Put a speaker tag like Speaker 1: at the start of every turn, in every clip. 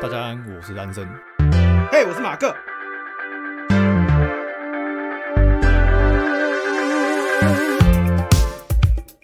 Speaker 1: 大家安，我是安生。
Speaker 2: 嘿我是马克。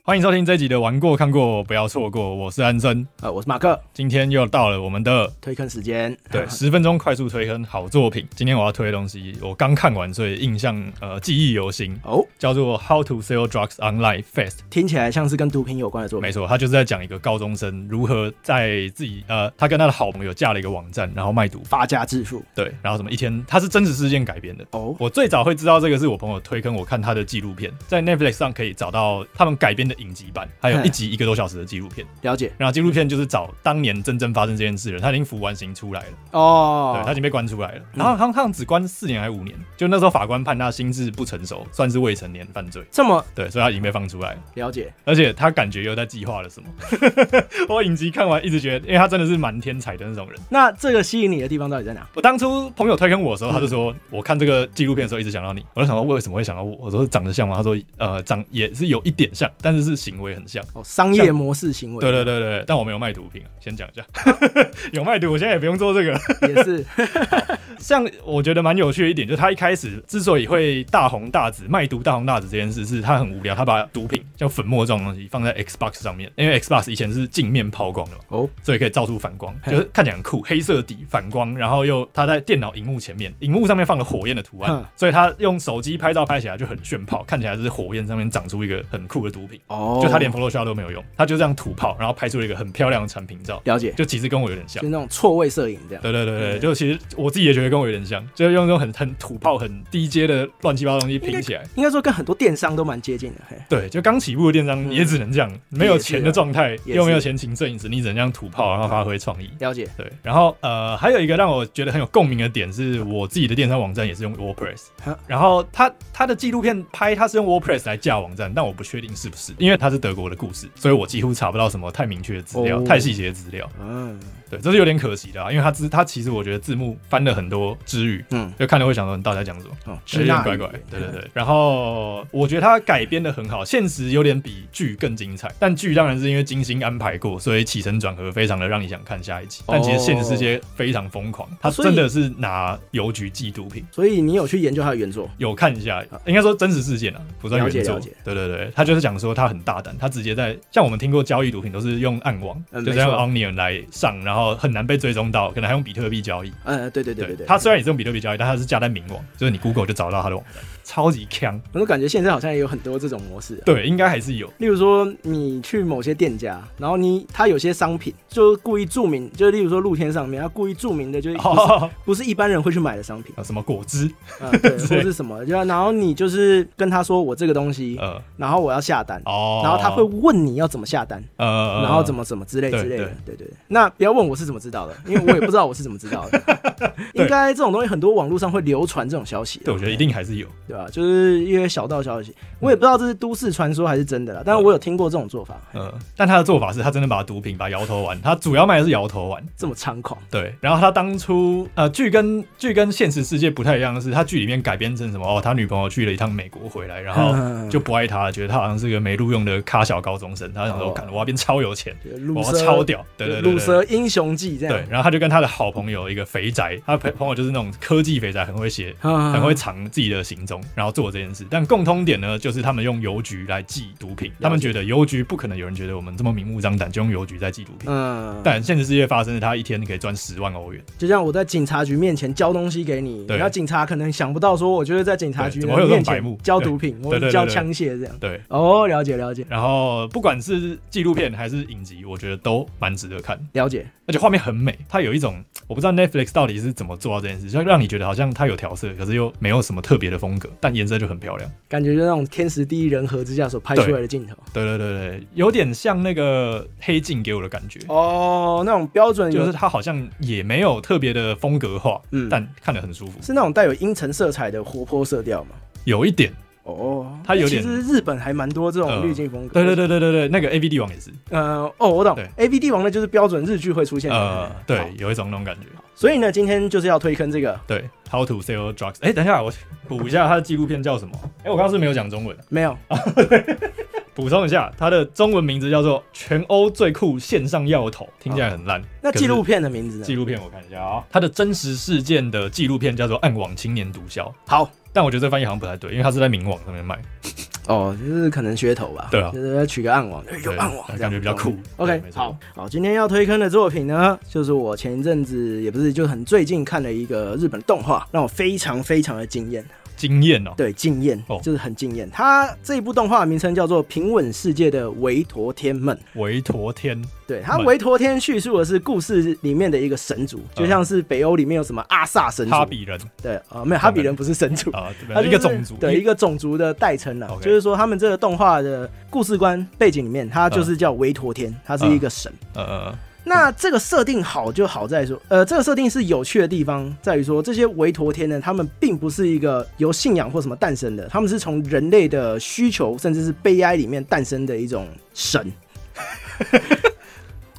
Speaker 1: 欢迎收听这一集的《玩过看过不要错过》，我是安生。
Speaker 2: 呃，我是马克，
Speaker 1: 今天又到了我们的
Speaker 2: 推坑时间。
Speaker 1: 对，十分钟快速推坑好作品。今天我要推的东西，我刚看完，所以印象呃记忆犹新，
Speaker 2: 哦，
Speaker 1: 叫做《How to Sell Drugs Online Fast》。
Speaker 2: 听起来像是跟毒品有关的作
Speaker 1: 没
Speaker 2: 品。
Speaker 1: 错，他就是在讲一个高中生如何在自己呃，他跟他的好朋友架了一个网站，然后卖毒。
Speaker 2: 发家致富。
Speaker 1: 对，然后什么一天，他是真实事件改编的。
Speaker 2: 哦，
Speaker 1: 我最早会知道这个是我朋友推坑我看他的纪录片，在 Netflix 上可以找到他们改编的影集版，还有一集一个多小时的纪录片。
Speaker 2: 了解。
Speaker 1: 然后纪录片就是找当年真正发生这件事的人，他已经服完刑出来了，对他
Speaker 2: 哦
Speaker 1: 已，经被关出来了。然后他好像只关四年还是五年，就那时候法官判他心智不成熟，算是未成年犯罪，
Speaker 2: 这么
Speaker 1: 对，所以他已经被放出来了。
Speaker 2: 了解。
Speaker 1: 而且他感觉又在计划了什么。 我影集看完一直觉得，因为他真的是蛮天才的那种人。
Speaker 2: 那这个吸引你的地方到底在哪？
Speaker 1: 我当初朋友推坑我的时候，他就说，我看这个纪录片的时候一直想到你，我就想到为什么会想到我？我说长得像吗？他说，呃，长也是有一点像，但是是行为很像。
Speaker 2: 哦，商业模式行为。
Speaker 1: 对对对对，但我没有卖毒品啊，先讲一下， 有卖毒，我现在也不用做这个。
Speaker 2: 对，也是。
Speaker 1: 像我觉得蛮有趣的一点，就是他一开始之所以会大红大紫卖毒大红大紫这件事，是他很无聊，他把毒品像粉末这种东西放在 Xbox 上面，因为 Xbox 以前是镜面抛光的嘛，
Speaker 2: 哦，
Speaker 1: 所以可以照出反光，
Speaker 2: 嘿
Speaker 1: 就是看起来很酷，黑色底反光，然后又他在电脑荧幕前面，荧幕上面放了火焰的图案
Speaker 2: 哼，
Speaker 1: 所以他用手机拍照拍起来就很炫炮，看起来就是火焰上面长出一个很酷的毒品，
Speaker 2: 哦，
Speaker 1: 就他连 Photoshop 都没有用，他就这样土炮，然后拍出了一个很漂亮的产品照，
Speaker 2: 了解，
Speaker 1: 就其实跟我有点像
Speaker 2: 就。那种错位摄影这样。
Speaker 1: 对对对对，
Speaker 2: 对
Speaker 1: 就其实我自己也觉得跟我有点像，就是用那种很很土炮、很低阶的乱七八糟东西拼起来。
Speaker 2: 应该说跟很多电商都蛮接近的。嘿，
Speaker 1: 对，就刚起步的电商
Speaker 2: 嗯
Speaker 1: 也只能这样，没有钱的状态，
Speaker 2: 也是
Speaker 1: 又没有钱请摄影师，你只能这样土炮，然后发挥创意。
Speaker 2: 了解。
Speaker 1: 对，然后呃，还有一个让我觉得很有共鸣的点是，我自己的电商网站也是用 WordPress，
Speaker 2: 哈
Speaker 1: 然后它它的纪录片拍它是用 WordPress 来架网站，但我不确定是不是，因为它是德国的故事，所以我几乎查不到什么太明确的资料、
Speaker 2: 哦
Speaker 1: 太细节的资料。
Speaker 2: 嗯
Speaker 1: 对，这是有点可惜的、啊，因为它字它其实我觉得字幕翻了很多之语，
Speaker 2: 嗯，
Speaker 1: 就看了会想说你到底在讲什么，
Speaker 2: 哦，
Speaker 1: 有点怪怪。对对对，然后我觉得它改编的很好，现实有点比剧更精彩，但剧当然是因为精心安排过，所以起承转合非常的让你想看下一集。但其实现实世界非常疯狂，它
Speaker 2: 哦啊所以
Speaker 1: 真的是拿邮局寄毒品。
Speaker 2: 所以你有去研究他的原作？
Speaker 1: 有看一下，应该说真实事件啊，不算原
Speaker 2: 了解
Speaker 1: 作
Speaker 2: 了解。
Speaker 1: 对对对，他就是讲说他很大胆，他直接在像我们听过交易毒品都是用暗网，
Speaker 2: 嗯
Speaker 1: 就是用
Speaker 2: 没错
Speaker 1: Onion 来上，然后很难被追踪到，可能还用比特币交易。
Speaker 2: 呃，对对对对对。
Speaker 1: 它虽然也是用比特币交易，但它是加在明网，就是你 Google 就找得到它的网站，超级强。
Speaker 2: 我都感觉现在好像也有很多这种模式啊、
Speaker 1: 对，应该还是有。
Speaker 2: 例如说，你去某些店家，然后你他有些商品就故意注明，就例如说露天上面，他故意注明 的就是不是,、
Speaker 1: 哦，
Speaker 2: 一般人会去买的商品，
Speaker 1: 什么果汁？
Speaker 2: 啊，对，或是什么，就然后你就是跟他说我这个东西，
Speaker 1: 呃，
Speaker 2: 然后我要下单，
Speaker 1: 哦，
Speaker 2: 然后他会问你要怎么下单，
Speaker 1: 呃，
Speaker 2: 然后怎
Speaker 1: 么？
Speaker 2: 么怎么之类
Speaker 1: 对
Speaker 2: 之类的，对对对。那不要问我是怎么知道的，因为我也不知道我是怎么知 道的。应该这种东西很多网络上会流传这种消息，
Speaker 1: 对，我觉得一定还是有。
Speaker 2: 对吧、就是一些小道消息，我也不知道这是都市传说还是真的啦，但是我有听过这种做法，
Speaker 1: 嗯，但他的做法是他真的把毒品、把摇头丸，他主要卖的是摇头丸。
Speaker 2: 这么猖狂。
Speaker 1: 对，然后他当初呃，剧跟剧跟现实世界不太一样的是，他剧里面改编成什么？哦，他女朋友去了一趟美国回来，然
Speaker 2: 嗯
Speaker 1: 后就不爱他了，觉得他好像是个没录用的咖小高中生。他想说，
Speaker 2: 哦
Speaker 1: 看我要变超有钱，
Speaker 2: 就是
Speaker 1: 我
Speaker 2: 鲁
Speaker 1: 要
Speaker 2: 蛇
Speaker 1: 超屌，对对对对
Speaker 2: 鲁
Speaker 1: 对
Speaker 2: 蛇英雄记这
Speaker 1: 对
Speaker 2: 样，，
Speaker 1: 然后他就跟他的好朋友一个肥宅，他朋朋友就是那种科技肥宅，很会写，
Speaker 2: 很
Speaker 1: 很会藏自己的行踪，然后做这件事。但共通点呢，就是他们用邮局来寄毒品，他们觉得邮局不可能有人觉得我们这么明目张胆就用邮局在寄毒品。
Speaker 2: 嗯，
Speaker 1: 但现实世界发生的，他一天可以赚十万欧元，
Speaker 2: 就像我在警察局面前交东西给你，
Speaker 1: 对
Speaker 2: 然后警察可能想不到说，我就是在警察局
Speaker 1: 对
Speaker 2: 的
Speaker 1: 怎么会有这种
Speaker 2: 面
Speaker 1: 白目
Speaker 2: 前交毒品，
Speaker 1: 对
Speaker 2: 我
Speaker 1: 对
Speaker 2: 交
Speaker 1: 对对
Speaker 2: 枪械这样。
Speaker 1: 对。
Speaker 2: 哦，了解了解
Speaker 1: 然后不管是纪录片还是影集，我觉得都蛮值得看，
Speaker 2: 了解，
Speaker 1: 而且画面很美。它有一种我不知道 Netflix 到底是怎么做到这件事，就让你觉得好像它有调色，可是又没有什么特别的风格，但颜色就很漂亮。
Speaker 2: 感觉就那种天时地利人和之下所拍出来的镜头。
Speaker 1: 对对对对，有点像那个黑镜给我的感觉，
Speaker 2: 哦，那种标准
Speaker 1: 就
Speaker 2: 有
Speaker 1: 是它好像也没有特别的风格化，
Speaker 2: 嗯
Speaker 1: 但看得很舒服，
Speaker 2: 是那种带有阴沉色彩的活泼色调嘛？
Speaker 1: 有一点。
Speaker 2: 哦，
Speaker 1: 它有点
Speaker 2: 其实日本还蛮多这
Speaker 1: 呃
Speaker 2: 种滤镜风格。
Speaker 1: 对对，对对对对，那个 A V 帝王也是，
Speaker 2: 呃，哦，我懂
Speaker 1: 对。
Speaker 2: A V 帝王呢，就是标准日剧会出现的。
Speaker 1: 呃，
Speaker 2: 好
Speaker 1: 对，有一种那种感觉。
Speaker 2: 所以呢，今天就是要推坑这个
Speaker 1: 对，How to Sell Drugs。哎，等一下，我补一下它的纪录片叫什么？哎，我刚刚是没有讲中文，
Speaker 2: 没有
Speaker 1: 补充一下，它的中文名字叫做《全欧最酷线上药头》，听起来很烂。
Speaker 2: 啊那
Speaker 1: 可
Speaker 2: 纪
Speaker 1: 是
Speaker 2: 录片的名字呢
Speaker 1: 纪？录片我看一下啊、它的真实事件的纪录片叫做《暗网青年毒枭》，
Speaker 2: 好
Speaker 1: 但我觉得这翻译好像不太对，因为它是在明网上面卖，
Speaker 2: 哦，就是可能噱头吧。
Speaker 1: 对啊
Speaker 2: 就是要取个暗网，哎有
Speaker 1: 对
Speaker 2: 暗网，这
Speaker 1: 感
Speaker 2: 样
Speaker 1: 觉比较酷。对
Speaker 2: OK，
Speaker 1: 没错
Speaker 2: 好好，今天要推坑的作品呢，就是我前一阵子也不是，就很最近看了一个日本动画，让我非常非常的惊艳，
Speaker 1: 惊艳哦。
Speaker 2: 对，惊艳
Speaker 1: 哦，
Speaker 2: 就是很惊艳。它这一部动画的名称叫做《平稳世界的维陀天梦》，
Speaker 1: 维陀天
Speaker 2: 对，它
Speaker 1: 梦
Speaker 2: 维陀天叙述的是故事里面的一个神族，就像是北欧里面有什么阿萨神族，
Speaker 1: 哈比人
Speaker 2: 对，呃，没有哈比人不是神族，
Speaker 1: 啊，
Speaker 2: 它就是
Speaker 1: 一个种族，
Speaker 2: 对一个种族的代称了、
Speaker 1: OK
Speaker 2: 就是说他们这个动画的故事观背景里面，
Speaker 1: 嗯
Speaker 2: 它就是叫维陀天，它是一个神。
Speaker 1: 呃，
Speaker 2: 那这个设定好就好在说，呃，这个设定是有趣的地方在于说，这些维陀天呢，他们并不是一个由信仰或什么诞生的，他们是从人类的需求甚至是悲哀里面诞生的一种 神。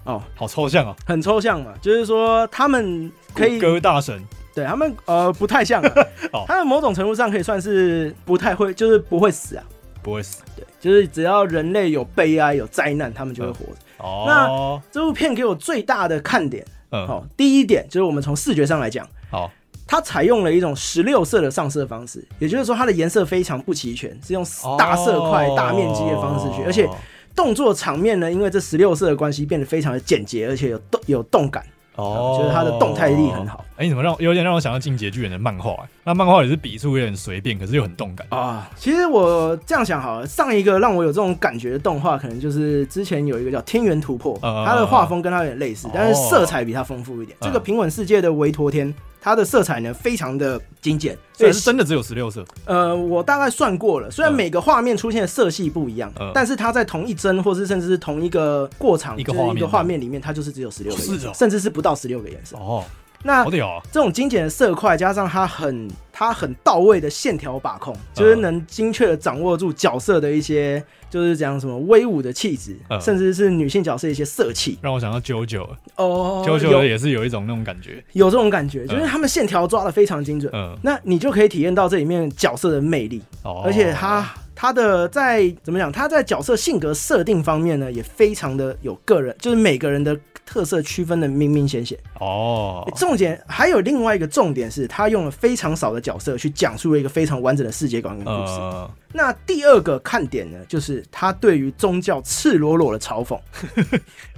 Speaker 2: 哦，
Speaker 1: 好抽象哦，
Speaker 2: 很抽象嘛，就是说他们可以
Speaker 1: 谷歌大神
Speaker 2: 对他们呃不太像、啊
Speaker 1: 哦，
Speaker 2: 他们某种程度上可以算是不太会，就是不会死啊。
Speaker 1: 不会死
Speaker 2: 对，就是只要人类有悲哀、有灾难，他们就会活着。
Speaker 1: 哦，
Speaker 2: 这部片给我最大的看点，
Speaker 1: 嗯，
Speaker 2: 好、第一点就是我们从视觉上来讲，
Speaker 1: 好，
Speaker 2: 它采用了一种十六色的上色方式，也就是说它的颜色非常不齐全，是用大色块、
Speaker 1: 哦
Speaker 2: 大面积的方式去，而且动作场面呢，因为这十六色的关系变得非常的简洁，而且有动有动感。
Speaker 1: 哦，
Speaker 2: 就是它的动态力很好。
Speaker 1: 哎，你怎么让有点让我想到《进击的巨人》的漫画？哎那漫画也是笔触有点随便，可是又很动感。
Speaker 2: 啊，其实我这样想好了，上一个让我有这种感觉的动画，可能就是之前有一个叫《天元突破》，
Speaker 1: 嗯
Speaker 2: 它的画风跟它有点类似
Speaker 1: 哦，
Speaker 2: 但是色彩比它丰富一点。
Speaker 1: 嗯
Speaker 2: 这个平稳世界的维陀天，它的色彩呢非常的精简，
Speaker 1: 虽
Speaker 2: 所以
Speaker 1: 然是真的只有十六色，
Speaker 2: 呃，我大概算过了，虽然
Speaker 1: 嗯
Speaker 2: 每个画面出现的色系不一样
Speaker 1: 嗯，
Speaker 2: 但是它在同一帧或是甚至是同一个过场
Speaker 1: 一个
Speaker 2: 就是
Speaker 1: 画面
Speaker 2: 一个画面里面，它就是只有十六个
Speaker 1: 是
Speaker 2: 颜色
Speaker 1: 哦，
Speaker 2: 甚至是不到十六个颜色。
Speaker 1: 哦，
Speaker 2: 那
Speaker 1: 好屌哦，
Speaker 2: 这种精简的色块，加上它很它很到位的线条把控，就是能精确的掌握住角色的一些，就是讲什么威武的气质，
Speaker 1: 嗯
Speaker 2: 甚至是女性角色一些色气。
Speaker 1: 让我想到 JoJo，
Speaker 2: 哦
Speaker 1: JoJo
Speaker 2: 有
Speaker 1: 也是有一种那种感觉。
Speaker 2: 有这种感觉，
Speaker 1: 嗯
Speaker 2: 就是他们线条抓的非常精准。
Speaker 1: 嗯，
Speaker 2: 那你就可以体验到这里面角色的魅力，
Speaker 1: 哦，
Speaker 2: 而且他他的在怎么讲，他在角色性格设定方面呢，也非常的有个人，就是每个人的特色区分的明明显显。
Speaker 1: 哦
Speaker 2: 欸，重点还有另外一个重点是，他用了非常少的角色去讲述了一个非常完整的世界观跟故事。
Speaker 1: 呃，
Speaker 2: 那第二个看点呢，就是他对于宗教赤裸裸的嘲讽，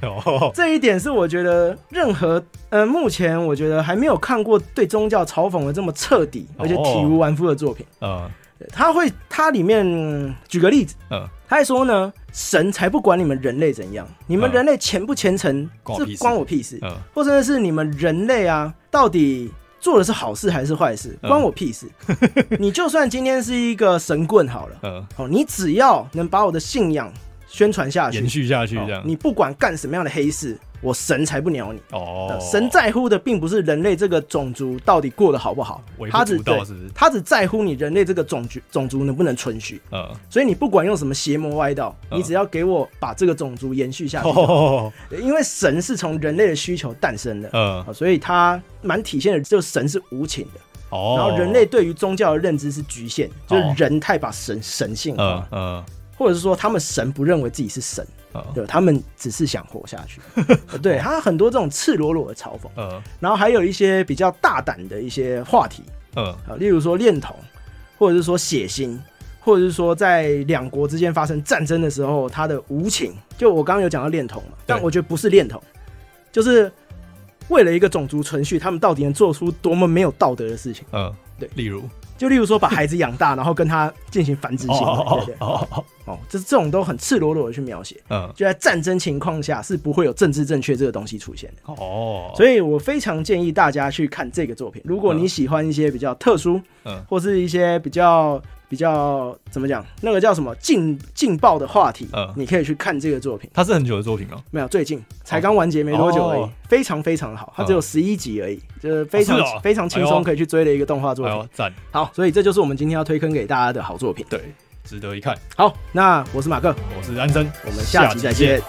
Speaker 1: 哦，
Speaker 2: 这一点是我觉得任何呃，目前我觉得还没有看过对宗教嘲讽的这么彻底，
Speaker 1: 哦
Speaker 2: 而且体无完肤的作品。
Speaker 1: 嗯
Speaker 2: 对他会，他里面嗯举个例子，
Speaker 1: 嗯，
Speaker 2: 他还说呢，神才不管你们人类怎样，你们
Speaker 1: 嗯
Speaker 2: 人类虔不虔诚，
Speaker 1: 关我屁
Speaker 2: 这
Speaker 1: 事
Speaker 2: 关我屁事。
Speaker 1: 嗯，
Speaker 2: 或甚至是你们人类啊，到底做的是好事还是坏事，
Speaker 1: 嗯
Speaker 2: 关我 屁事。你就算今天是一个神棍好了，
Speaker 1: 嗯，
Speaker 2: 哦，你只要能把我的信仰宣传下去，
Speaker 1: 延续下去这
Speaker 2: 哦
Speaker 1: 样。
Speaker 2: 你不管干什么样的黑事，我神才不鸟你。
Speaker 1: 哦，
Speaker 2: 神在乎的并不是人类这个种族到底过得好不好
Speaker 1: 微，不
Speaker 2: 他只
Speaker 1: 足道
Speaker 2: 对
Speaker 1: 是不是
Speaker 2: 他只在乎你人类这个种族种族能不能存续。
Speaker 1: 嗯，
Speaker 2: 所以你不管用什么邪魔歪道，
Speaker 1: 嗯
Speaker 2: 你只要给我把这个种族延续下去，
Speaker 1: 哦，
Speaker 2: 因为神是从人类的需求诞生的。
Speaker 1: 嗯，
Speaker 2: 啊，所以它蛮体现的，就是神是无情的，
Speaker 1: 哦，
Speaker 2: 然后人类，对于宗教的认知是局限，就
Speaker 1: 哦
Speaker 2: 是人太把神神性
Speaker 1: 嗯
Speaker 2: 化，
Speaker 1: 嗯
Speaker 2: 或者是说他们神不认为自己是神，
Speaker 1: 嗯
Speaker 2: 对，他们只是想活下 去。对他很多这种赤裸裸的嘲讽，
Speaker 1: 嗯
Speaker 2: 然后还有一些比较大胆的一些话题
Speaker 1: 嗯，
Speaker 2: 啊，例如说恋童，或者是说血腥。或者是说，在两国之间发生战争的时候，他的无情，就我刚刚有讲到恋童嘛，但
Speaker 1: 对
Speaker 2: 我觉得不是恋童，就是为了一个种族存续，他们到底能做出多么没有道德的事情？
Speaker 1: 嗯，
Speaker 2: 对
Speaker 1: 例如，
Speaker 2: 就例如说，把孩子养大，然后跟他进行繁殖行为，对对
Speaker 1: 哦哦哦，
Speaker 2: 哦，这这种都很赤裸裸的去描写，
Speaker 1: 嗯，
Speaker 2: 就在战争情况下是不会有政治正确这个东西出现的。
Speaker 1: 哦，
Speaker 2: 所以我非常建议大家去看这个作品。如果你喜欢一些比较特殊，
Speaker 1: 嗯
Speaker 2: 或是一些比较比较怎么讲，那个叫什么劲劲爆的话题，
Speaker 1: 嗯
Speaker 2: 你可以去看这个作品。
Speaker 1: 它是很久的作品哦，
Speaker 2: 没有，最近才刚完结没多久而已，
Speaker 1: 哦
Speaker 2: 非常非常好，它只有
Speaker 1: 嗯
Speaker 2: 十一集而已，就是非常、
Speaker 1: 哦是哦
Speaker 2: 非常轻
Speaker 1: 哎
Speaker 2: 松
Speaker 1: 呦
Speaker 2: 可以去追的一个动画作
Speaker 1: 哎
Speaker 2: 品。
Speaker 1: 呦，赞，
Speaker 2: 好，所以这就是我们今天要推坑给大家的好作品。
Speaker 1: 对，值得一看。
Speaker 2: 好，那我是马克，
Speaker 1: 我是安生，
Speaker 2: 我们下期再见。